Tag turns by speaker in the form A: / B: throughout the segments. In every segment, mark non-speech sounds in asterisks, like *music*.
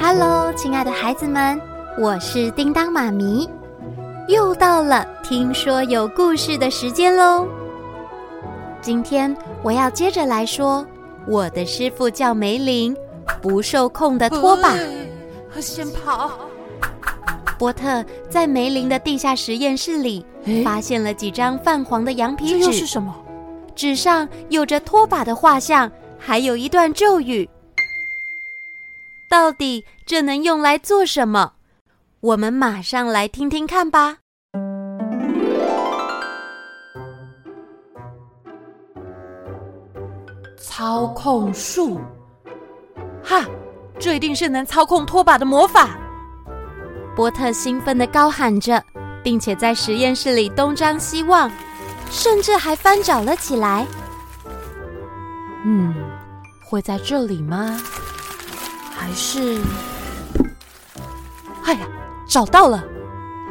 A: Hello，亲爱的孩子们，我是叮当妈咪。又到了听说有故事的时间喽！今天我要接着来说，我的师傅叫梅林，不受控的拖把。
B: 哎先跑！
A: 波特在梅林的地下实验室里
B: 哎
A: 发现了几张泛黄的羊
B: 这
A: 皮
B: 又
A: 纸
B: 是，什么？
A: 纸上有着拖把的画像，还有一段咒语。到底这能用来做什么？我们马上来听听看吧。
B: 操控术！哈，这一定是能操控拖把的魔法。
A: 波特兴奋地高喊着，并且在实验室里东张西望，甚至还翻找了起来。
B: 嗯，会在这里吗？还是……哎呀，找到了！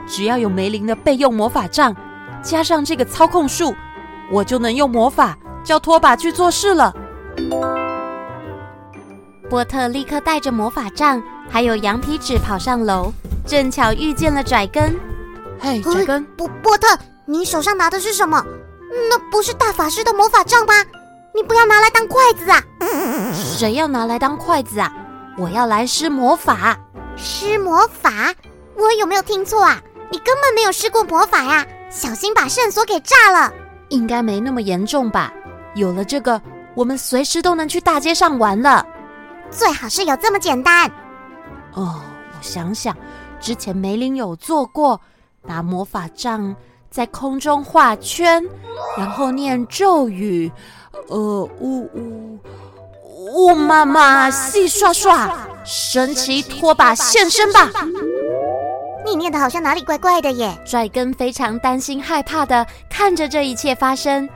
B: 只要有梅林的备用魔法杖，加上这个操控术，我就能用魔法叫拖把去做事了。
A: 波特立刻带着魔法杖还有羊皮纸跑上楼，正巧遇见了拽根。
B: 嘿，小根，
C: 波波特，你手上拿的是什么？那不是大法师的魔法杖吗？你不要拿来当筷子啊！
A: 谁要拿来当筷子啊？我要来施魔法！
C: 施魔法？我有没有听错啊？你根本没有施过魔法呀、小心把圣所给炸了！
A: 应该没那么严重吧？有了这个，我们随时都能去大街上玩了。
C: 最好是有这么简单。
A: 哦，我想想，之前梅林有做过，拿魔法杖在空中画圈，然后念咒语，呃，呜呜呜妈妈细刷刷，神奇拖把现身吧！
C: 你念的好像哪里怪怪的耶？
A: 拽根非常担心害怕的看着这一切发生，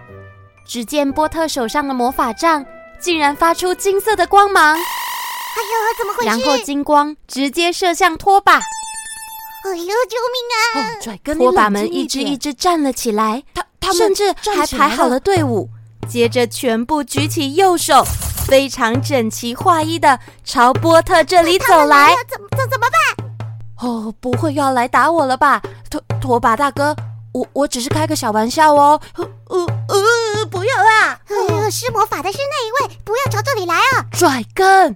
A: 只见波特手上的魔法杖竟然发出金色的光芒，
C: 哎呦，怎么回事？
A: 然后金光直接射向拖把。
C: 哎呦，救命
B: 哦，拽根，
A: 拖把们一只一只站了起来，
B: 他他们
A: 甚至
B: 站
A: 还
B: 起来
A: 排好了队伍，接着全部举起右手，非常整齐划一的朝波特这里
C: 啊！
A: 走来
C: 他们。了，怎么这怎么办？
A: 哦，不会又要来打我了吧，拖拖把大哥？我我只是开个小玩笑哦。呃呃，不要啦，
C: 哎呦，施魔法的是那一位，不要朝这里来啊！
A: 拽根！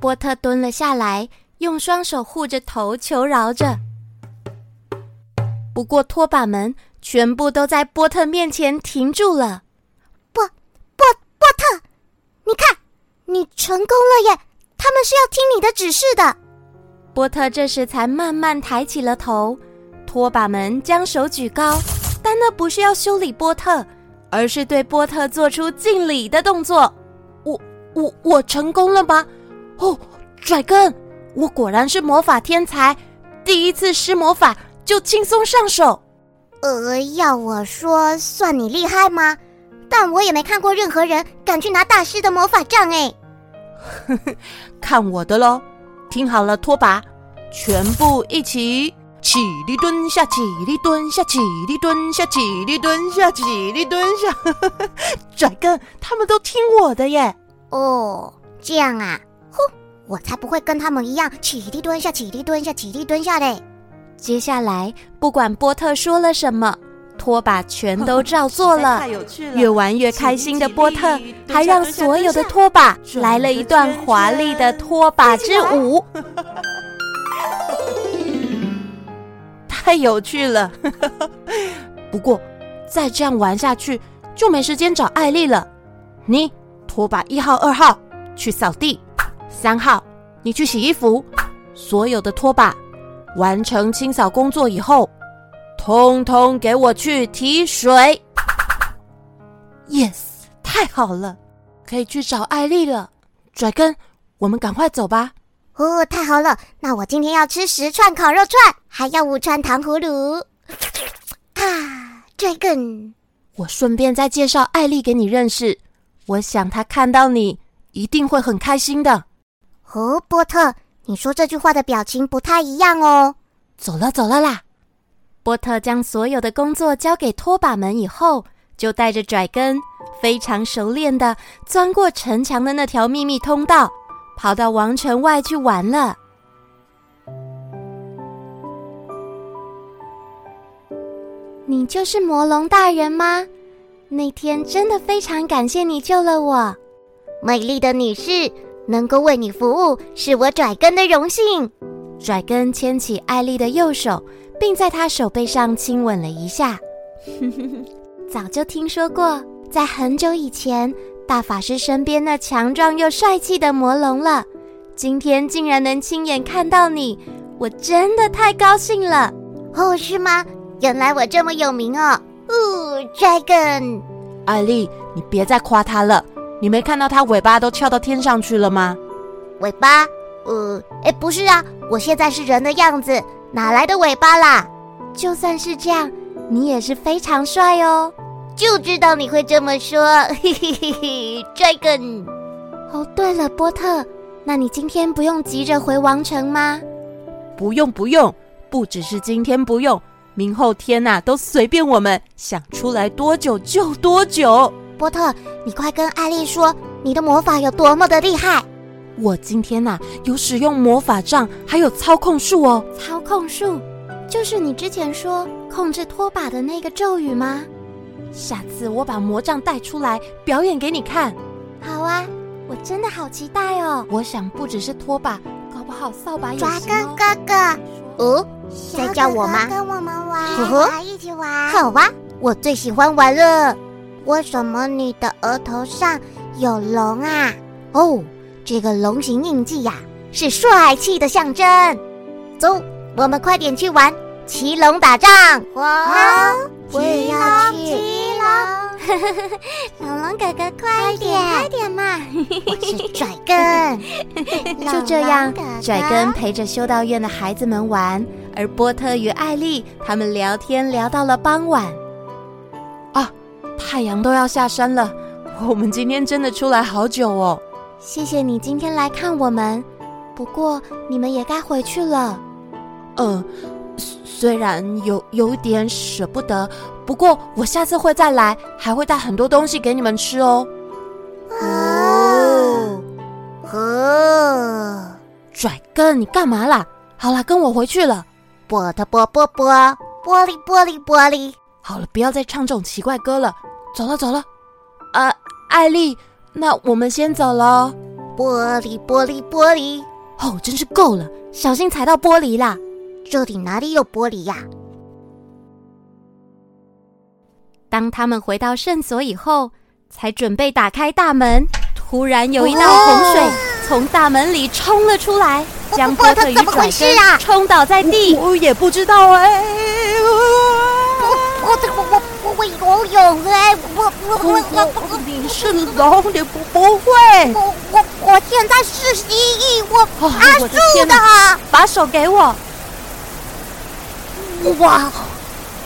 A: 波特蹲了下来，用双手护着头，求饶着。不过拖把们全部都在波特面前停住了。
C: 波波特，你看，你成功了耶！他们是要听你的指示的。
A: 波特这时才慢慢抬起了头，拖把们将手举高，但那不是要修理波特，而是对波特做出敬礼的动作。我我我成功了吗？哦，拽根，我果然是魔法天才，第一次施魔法就轻松上手。
C: 呃，要我说，算你厉害吗？但我也没看过任何人敢去拿大师的魔法杖哎。
B: 看我的喽！听好了，拖把，全部一起起立蹲下，起立蹲下，起立蹲下，起立蹲下，起立蹲下。 *laughs* 拽根，他们都听我的耶！
C: 哦，这样啊，哼，我才不会跟他们一样起立蹲下、起立蹲下、起立蹲下嘞。
A: 接下来，不管波特说了什么，拖把全都照
B: *laughs*
A: 做了。
B: 太有趣了，
A: 越玩越开心的波特
B: 起立，蹲下
A: 还让所有的拖把
B: 蹲下
A: 来了一段华丽的拖把之舞。
B: *laughs* 太有趣了。 *laughs* 不过再这样玩下去，就没时间找艾丽了。你拖把一号、二号去扫地，三号你去洗衣服。所有的拖把完成清扫工作以后，通通给我去提水。Yes，太好了，可以去找艾丽了。拽根，我们赶快走吧。
C: 哦，太好了，那我今天要吃十串烤肉串，还要五串糖葫芦。啊，Dragon，
A: 我顺便再介绍艾丽给你认识，我想她看到你一定会很开心的。
C: 哦，波特，你说这句话的表情不太一样哦。
A: 走了，走了啦！波特将所有的工作交给拖把们以后，就带着拽根，非常熟练的钻过城墙的那条秘密通道，跑到王城外去玩了。
C: 你就是魔龙大人吗？那天真的非常感谢你救了我，美丽的女士，能够为你服务是我拽根的荣幸。
A: 拽根牵起艾丽的右手，并在她手背上亲吻了一下。
C: 早就听说过，在很久以前，大法师身边那强壮又帅气的魔龙了。
A: 今天竟然能亲眼看到你，我真的太高兴了。
C: 哦，是吗？原来我这么有名哦。哦，Dragon，
B: 艾丽，你别再夸他了。你没看到他尾巴都翘到天上去了吗？
C: 尾巴？呃，哎，不是啊，我现在是人的样子，哪来的尾巴啦？
A: 就算是这样，你也是非常帅哦。
C: 就知道你会这么说， *laughs* 嘿嘿嘿嘿，Dragon。
A: 哦，对了，波特，那你今天不用急着回王城吗？
B: 不用，不用，不只是今天不用。明后天呐、啊，都随便我们，想出来多久就多久。
C: 波特，你快跟艾丽说你的魔法有多么的厉害。
B: 我今天呐、啊、有使用魔法杖，还有操控术哦。
A: 操控术就是你之前说控制拖把的那个咒语吗？
B: 下次我把魔杖带出来表演给你看。
A: 好啊，我真的好期待哦。
B: 我想不只是拖把，搞不好扫把也行、哦。
C: 抓哥哥哥。哦，在叫我吗？
D: 跟我们玩，呵呵一起玩。
C: 好啊，我最喜欢玩了。为什么你的额头上有龙啊？哦，这个龙形印记呀、啊，是帅气的象征。走，我们快点去玩骑龙打仗。
D: 哇，
C: 我也要去。
D: 骑
C: *laughs*
D: 龙，龙龙哥哥，快点，
C: 快点嘛！我是拽根。 *laughs*
A: 就这样，拽根陪着修道院的孩子们玩，而波特与艾丽他们聊天聊到了傍晚。
B: 啊，太阳都要下山了，我们今天真的出来好久哦。
A: 谢谢你今天来看我们，不过你们也该回去了。
B: 呃，虽然有有点舍不得，不过我下次会再来，还会带很多东西给你们吃哦。
C: 哦，哦，
B: 拽根，你干嘛啦？好啦，跟我回去了。
C: 波特波波波，玻璃玻璃玻璃。
B: 好了，不要再唱这种奇怪歌了。走了走了。呃，艾丽，那我们先走喽。
C: 玻璃玻璃玻璃。
B: 哦，真是够了，小心踩到玻璃啦。
C: 这里哪里有玻璃呀、啊？
A: 当他们回到圣所以后，才准备打开大门，突然有一道洪
B: 哦
A: 水从大门里冲了出来，将波特与拽根
B: 啊
A: 冲倒在地。
B: 我也不知道哎、欸，
C: 我我我我我游泳哎，我我我
B: 我你 *laughs* 是龙，你不不会。
C: 我我我现在是蜥蜴，我
B: 哦啊
C: 阿树的，
A: 把手给我。
C: 哇，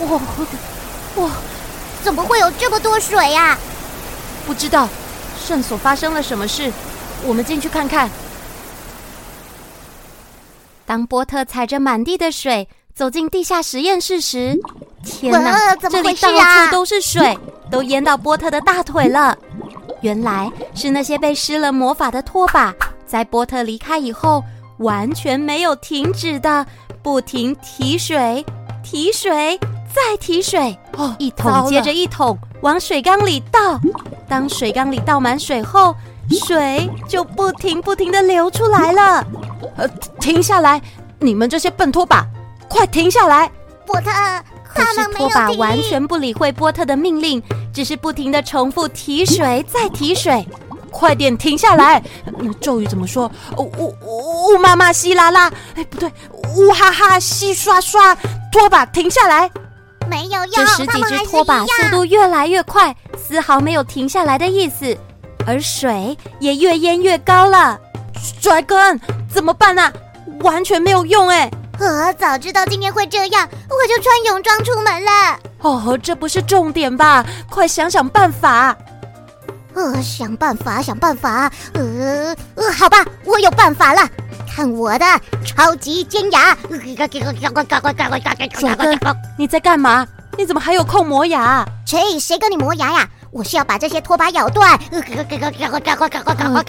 C: 哇，哇！怎么会有这么多水呀、啊？
B: 不知道，圣所发生了什么事？我们进去看看。
A: 当波特踩着满地的水走进地下实验室时，天哪！
C: 呃、怎么
A: 回事啊这里到处都是水，都淹到波特的大腿了。原来是那些被施了魔法的拖把，在波特离开以后，完全没有停止的不停提水。提水，再提水，
B: 哦，
A: 一桶接着一桶往水缸里倒。当水缸里倒满水后，水就不停不停的流出来了。
B: 呃，停下来，你们这些笨拖把，快停下来！
C: 波特，
A: 可是拖把完全不理会波特的命令，只是不停的重复提水，再提水。
B: 快点停下来！那嗯咒语怎么说？哦呜呜呜妈妈西拉拉，哎不对，呜哈哈西刷刷，拖把停下来！
C: 没有用，
A: 这十几只拖把速度越来越快，丝毫没有停下来的意思，而水也越淹越高了。
B: 拽根怎么办啊？完全没有用哎！
C: 我早知道今天会这样，我就穿泳装出门了。
B: 哦，这不是重点吧？快想想办法！
C: 呃，想办法，想办法，呃呃，好吧，我有办法了，看我的超级尖牙！
B: 拽根，你在干嘛？你怎么还有空磨牙？
C: 谁谁跟你磨牙呀？我是要把这些拖把咬断。
B: 呃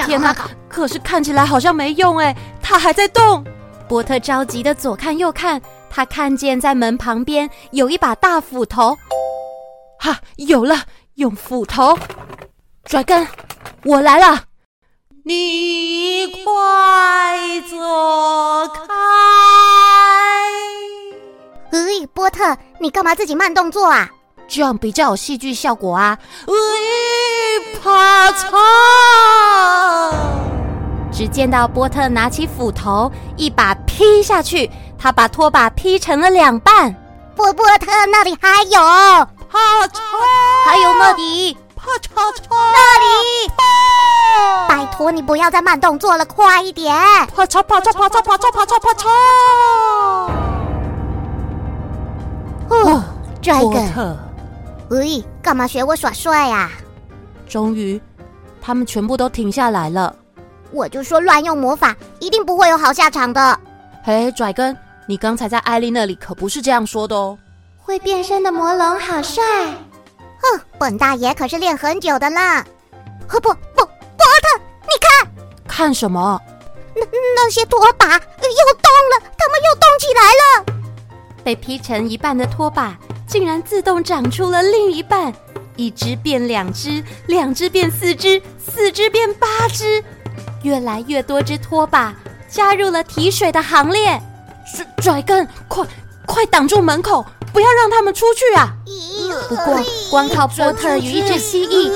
B: 天哪！可是看起来好像没用哎，它还在动。
A: 波特着急的左看右看，他看见在门旁边有一把大斧头，
B: 哈，有了，用斧头拽根，我来了。你快走开！
C: 咦，波特，你干嘛自己慢动作啊？
B: 这样比较有戏剧效果啊！喂，啪嚓！
A: 只见到波特拿起斧头，一把劈下去，他把拖把劈成了两半。
C: 波波特那里还有，
B: 啪嚓！
C: 还有那里，
B: 啪嚓嚓！那里，
C: 拜托你不要再慢动作了，快一点！
B: 啪嚓啪嚓啪嚓啪嚓啪嚓啪嚓！
C: 哦，拽
B: 波
C: 根，
B: 特，
C: 咦，哎干嘛学我耍帅呀、啊？
B: 终于，他们全部都停下来了。
C: 我就说乱用魔法一定不会有好下场的。
B: 嘿，拽根，你刚才在艾丽那里可不是这样说的哦。
D: 会变身的魔龙好帅！
C: 哼，本大爷可是练很久的啦。呵，不不，波特，你看
B: 看什么？
C: 那些拖把、呃又动了，它们又动起来了。
A: 被劈成一半的拖把竟然自动长出了另一半，一只变两只，两只变四只，四只变八只，越来越多只拖把加入了提水的行列。
B: 拽拽根，快快挡住门口，不要让他们出去啊！
A: 不过，光靠波特与一只蜥蜴，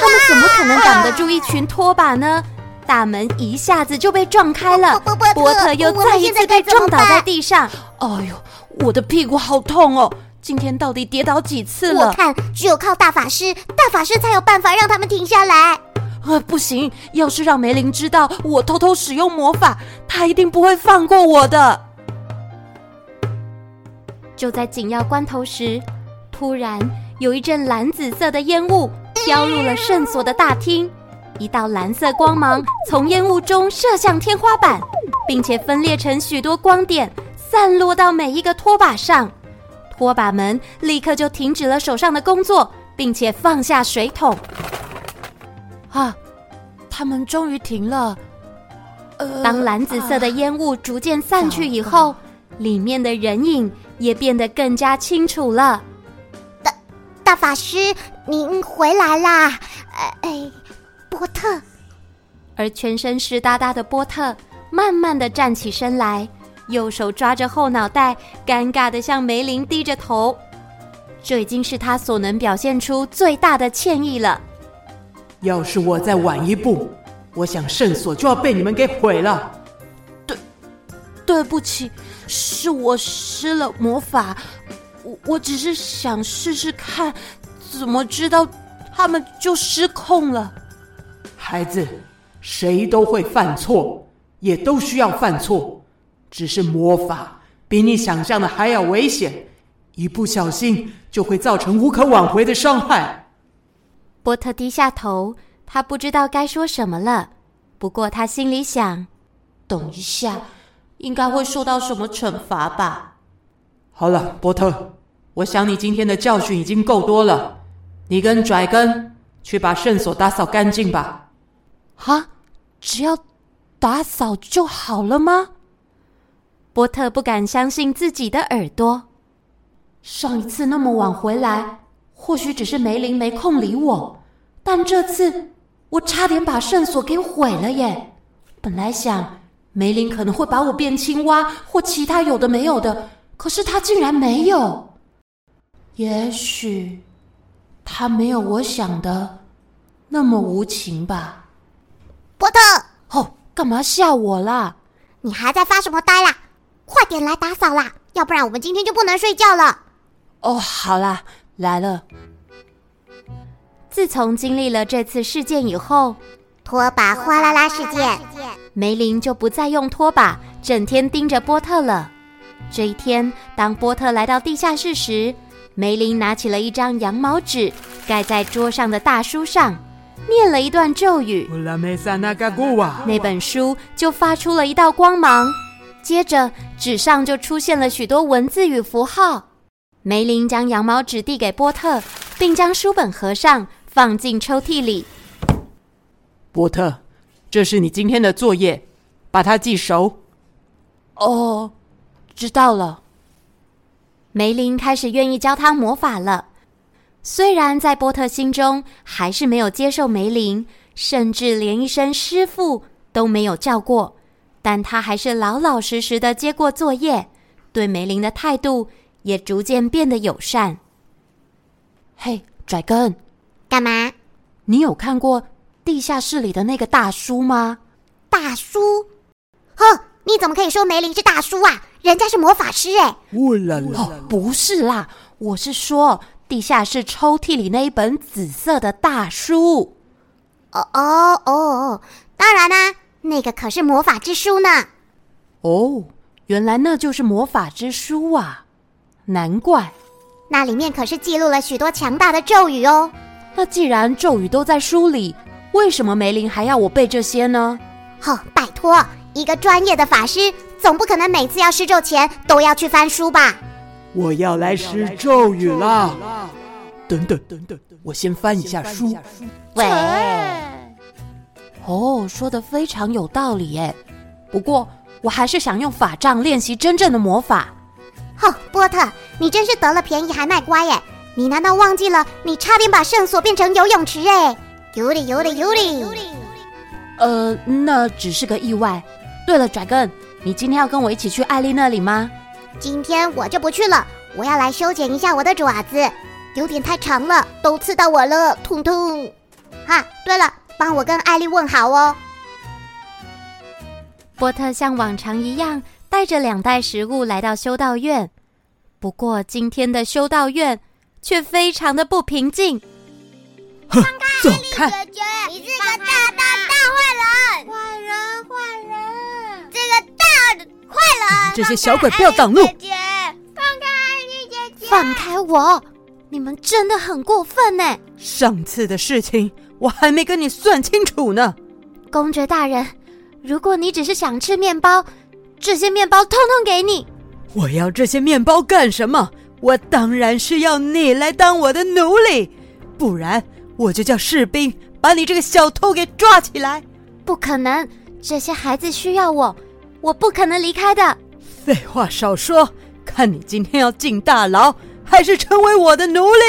A: 他们怎么可能挡得住一群拖把呢？大门一下子就被撞开了
C: 波波，
A: 波特又再一次被撞倒在地上。
B: 哎呦，我的屁股好痛哦！今天到底跌倒几次
C: 我
B: 了？
C: 看只有靠大法师，大法师才有办法让他们停下来。
B: 啊，不行！要是让梅林知道我偷偷使用魔法，他一定不会放过我的。
A: 就在紧要关头时，突然有一阵蓝紫色的烟雾飘入了圣所的大厅，一道蓝色光芒从烟雾中射向天花板，并且分裂成许多光点，散落到每一个拖把上。拖把们立刻就停止了手上的工作，并且放下水桶。
B: 啊，他们终于停了。呃
A: 当蓝紫色的烟雾逐渐散去以后，里面的人影也变得更加清楚了。
C: 大法师，您回来啦！哎哎，波特，
A: 而全身湿哒哒的波特慢慢的站起身来，右手抓着后脑袋，尴尬的向梅林低着头。这已经是他所能表现出最大的歉意了。
E: 要是我再晚一步，我想圣所就要被你们给毁了。
B: 对不起，是我施了魔法，我我只是想试试看，怎么知道他们就失控了？
E: 孩子，谁都会犯错，也都需要犯错，只是魔法比你想象的还要危险，一不小心就会造成无可挽回的伤害。
A: 波特低下头，他不知道该说什么了。不过他心里想，
B: 等一下，应该会受到什么惩罚吧？
E: 好了，波特，我想你今天的教训已经够多了，你跟拽根去把圣所打扫干净吧。
B: 啊，只要打扫就好了吗？
A: 波特不敢相信自己的耳朵。
B: 上一次那么晚回来，或许只是梅林没空理我，但这次我差点把圣所给毁了耶！本来想梅林可能会把我变青蛙或其他有的没有的，可是他竟然没有。也许他没有我想的那么无情吧？
C: 波特，
B: 哦，干嘛吓我啦？
C: 你还在发什么呆啦？快点来打扫啦，要不然我们今天就不能睡觉了。
B: 哦，好啦，来了。
A: 自从经历了这次事件以后，
C: 拖把哗啦啦事件，
A: 梅林就不再用拖把，整天盯着波特了。这一天，当波特来到地下室时，梅林拿起了一张羊毛纸，盖在桌上的大书上，念了一段咒语，那本书就发出了一道光芒。接着，纸上就出现了许多文字与符号。梅林将羊毛纸递给波特，并将书本合上，放进抽屉里。
E: 波特，这是你今天的作业，把它记熟。
B: 哦，知道了。
A: 梅林开始愿意教他魔法了，虽然在波特心中还是没有接受梅林，甚至连一声师傅都没有叫过，但他还是老老实实的接过作业，对梅林的态度也逐渐变得友善。
B: 嘿，拽根，
C: 干嘛？
B: 你有看过地下室里的那个大叔吗？
C: 大叔？呵，你怎么可以说梅林是大叔啊？人家是魔法师哎、
E: 哦啦啦，
B: 哦，不是啦，我是说地下室抽屉里那一本紫色的大书。
C: 哦哦哦哦，当然啦、那个可是魔法之书呢。
B: 哦，原来那就是魔法之书啊！难怪。
C: 那里面可是记录了许多强大的咒语哦。
B: 那既然咒语都在书里，为什么梅林还要我背这些呢？
C: 哦，拜托，一个专业的法师总不可能每次要施咒前都要去翻书吧？
E: 我要来施咒语啦！等等等等，我先翻一下书。
C: 喂，
B: 哦，说的非常有道理耶。不过我还是想用法杖练习真正的魔法。
C: 哼，波特，你真是得了便宜还卖乖耶！你难道忘记了你差点把圣所变成游泳池哎？尤里尤里尤里，
B: 呃，那只是个意外。对了，拽根，你今天要跟我一起去艾丽那里吗？
C: 今天我就不去了，我要来修剪一下我的爪子，有点太长了，都刺到我了，痛痛。啊，对了，帮我跟艾丽问好哦。
A: 波特像往常一样带着两袋食物来到修道院，不过今天的修道院却非常的不平静。
E: 走开！
D: 姐姐，你是个大大大坏人！坏人，坏人！这个大的坏人！
E: 这些小鬼不要挡路！
D: 姐姐，放开艾丽姐姐！
A: 放开我！你们真的很过分呢！
B: 上次的事情我还没跟你算清楚呢。
A: 公爵大人，如果你只是想吃面包，这些面包通通给你。
B: 我要这些面包干什么？我当然是要你来当我的奴隶，不然我就叫士兵把你这个小偷给抓起来。
A: 不可能，这些孩子需要我，我不可能离开的。
B: 废话少说，看你今天要进大牢还是成为我的奴隶！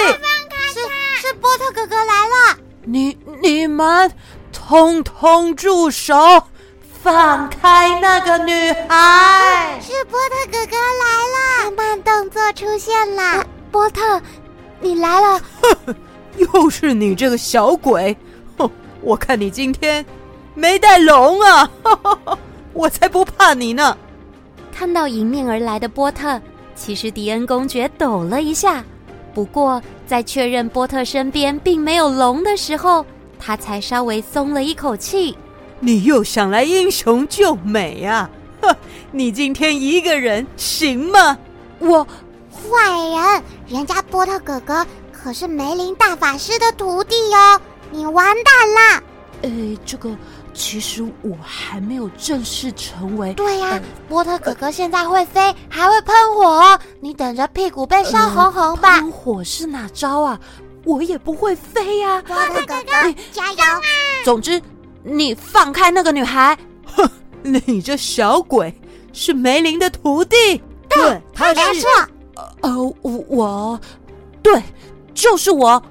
A: 是是，波特哥哥来了，
B: 你你们通通住手，放开那个女孩！
D: 是波特哥哥来了，慢慢动作出现啦！
A: 波特，你来了。
B: 又是你这个小鬼！哼，我看你今天没带笼啊！ *laughs* 我才不怕你呢！
A: 看到迎面而来的波特，其实迪恩公爵抖了一下，不过在确认波特身边并没有龙的时候，他才稍微松了一口气。
B: 你又想来英雄救美啊？ *laughs* 哼，你今天一个人行吗？我
D: 坏人！人家波特哥哥可是梅林大法师的徒弟哦，你完蛋啦！
B: 呃，这个其实我还没有正式成为
D: 对呀、波特哥哥现在会飞，还会喷火哦，你等着屁股被烧红红吧！
B: 喷火是哪招啊？我也不会飞呀、
D: 波特哥哥，哎加油！
B: 总之，你放开那个女孩！哼， *laughs* 你这小鬼是梅林的徒弟，对，他
D: 没错，
B: 呃，我我，对，就是我。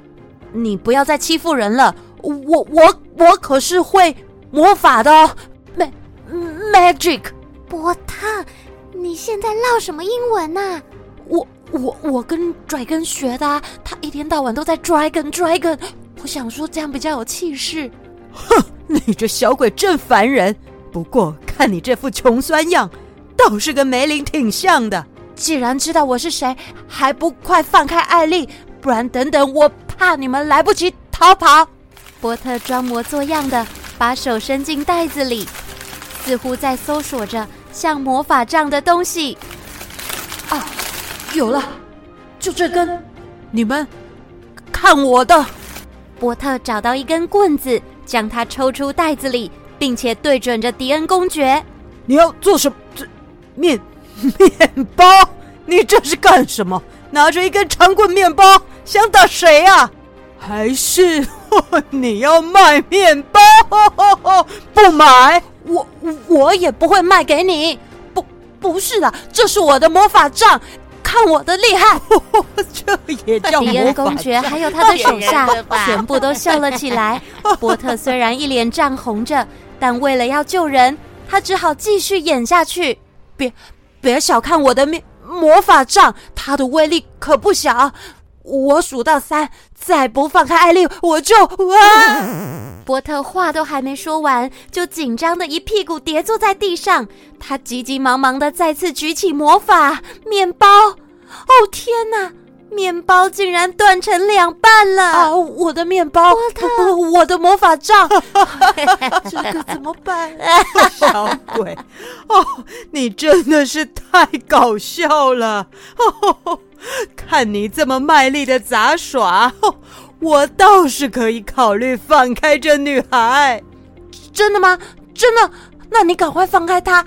B: 你不要再欺负人了，我我我可是会魔法的哦，ma *laughs* magic。
D: 波特，你现在唠什么英文啊呐、
B: 我我我跟 dragon 学的、啊，他一天到晚都在 dragon dragon。我想说这样比较有气势。哼，你这小鬼真烦人。不过看你这副穷酸样，倒是跟梅林挺像的。既然知道我是谁，还不快放开艾丽，不然等等我怕你们来不及逃跑。
A: 波特装模作样的把手伸进袋子里，似乎在搜索着像魔法杖的东西。
B: 有了，就这根，你们看我的。
A: 波特找到一根棍子，将它抽出袋子里，并且对准着迪恩公爵。
B: 你要做什么？这面 *laughs* 面包？你这是干什么？拿着一根长棍面包，想打谁啊？还是 *laughs* 你要卖面包？ *laughs* 不买？
F: 我我也不会卖给你。不，不是的，这是我的魔法杖，看我的厉害！
B: *laughs* 这也
E: 哎哦
B: 叫
A: 迪恩公爵还有他的手下
C: 骗人的吧
A: 全部都笑了起来。波特虽然一脸涨红着，但为了要救人，他只好继续演下去。
F: 别别小看我的面魔法杖，它的威力可不小。我数到三，再不放开艾丽，我就啊！
A: 波特话都还没说完，就紧张的一屁股跌坐在地上。他急急忙忙的再次举起魔法面包，哦天哪！面包竟然断成两半了！
F: 啊，我的面包，我我的魔法杖，这个怎么
B: *laughs*
F: 办？
B: 小鬼哦，你真的是太搞笑了！哦，看你这么卖力的杂耍，哦、我倒是可以考虑放开这女孩。
F: 真的吗？真的？那你赶快放开他！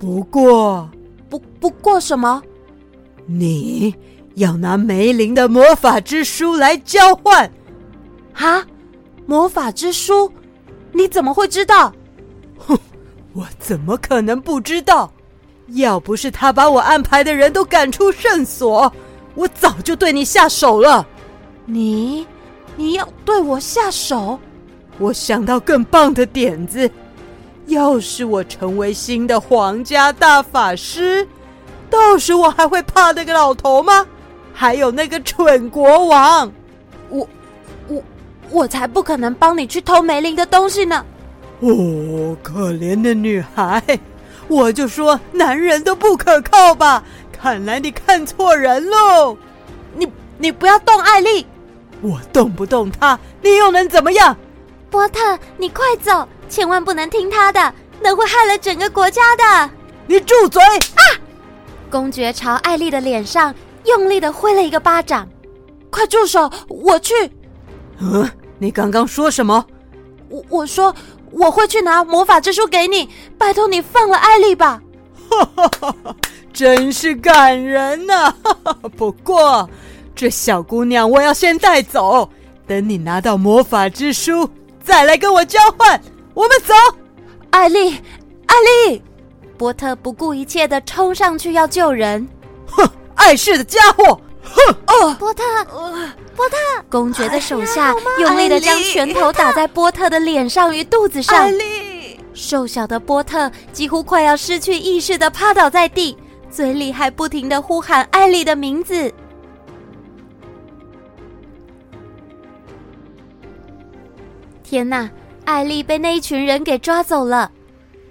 B: 不过，
F: 不不过什么？
B: 你要拿梅林的魔法之书来交换。
F: 啊，魔法之书，你怎么会知道？
B: 我怎么可能不知道？要不是他把我安排的人都赶出圣所，我早就对你下手了。
F: 你，你要对我下手？
B: 我想到更棒的点子，要是我成为新的皇家大法师，到时我还会怕那个老头吗？还有那个蠢国王，
F: 我才不可能帮你去偷梅林的东西呢！
B: 哦，可怜的女孩， *laughs* 我就说男人都不可靠吧。看来你看错人喽。
F: 你你不要动艾丽！
B: 我动不动他，你又能怎么样？
A: 波特，你快走，千万不能听他的，那会害了整个国家的。
B: 你住嘴！
A: 公爵朝艾丽的脸上用力的挥了一个巴掌。
F: 快住手！我去！
B: 嗯，
F: 啊
B: 你刚刚说什么？
F: 我我说我会去拿魔法之书给你，拜托你放了艾丽吧！
B: 真是感人呐、 *laughs* 不过，这小姑娘我要先带走，等你拿到魔法之书再来跟我交换。我们走。
F: 艾丽，艾丽！
A: 波特不顾一切的冲上去要救人，
B: 哼，碍事的家伙！哼，
F: 哦，
C: 波特，
A: 公爵的手下用力的将拳头打在波特的脸上与肚子上，
F: 丽！
A: 瘦小的波特几乎快要失去意识的趴倒在地，嘴里还不停的呼喊艾丽的名字。天哪！艾丽被那一群人给抓走了。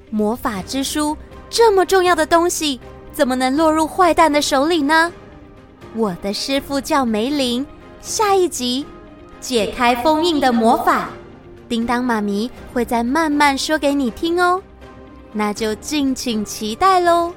A: 魔法之书这么重要的东西，怎么能落入坏蛋的手里呢？我的师傅叫梅林。下一集，解开封印的魔法。叮当妈咪会再慢慢说给你听哦，那就敬请期待喽。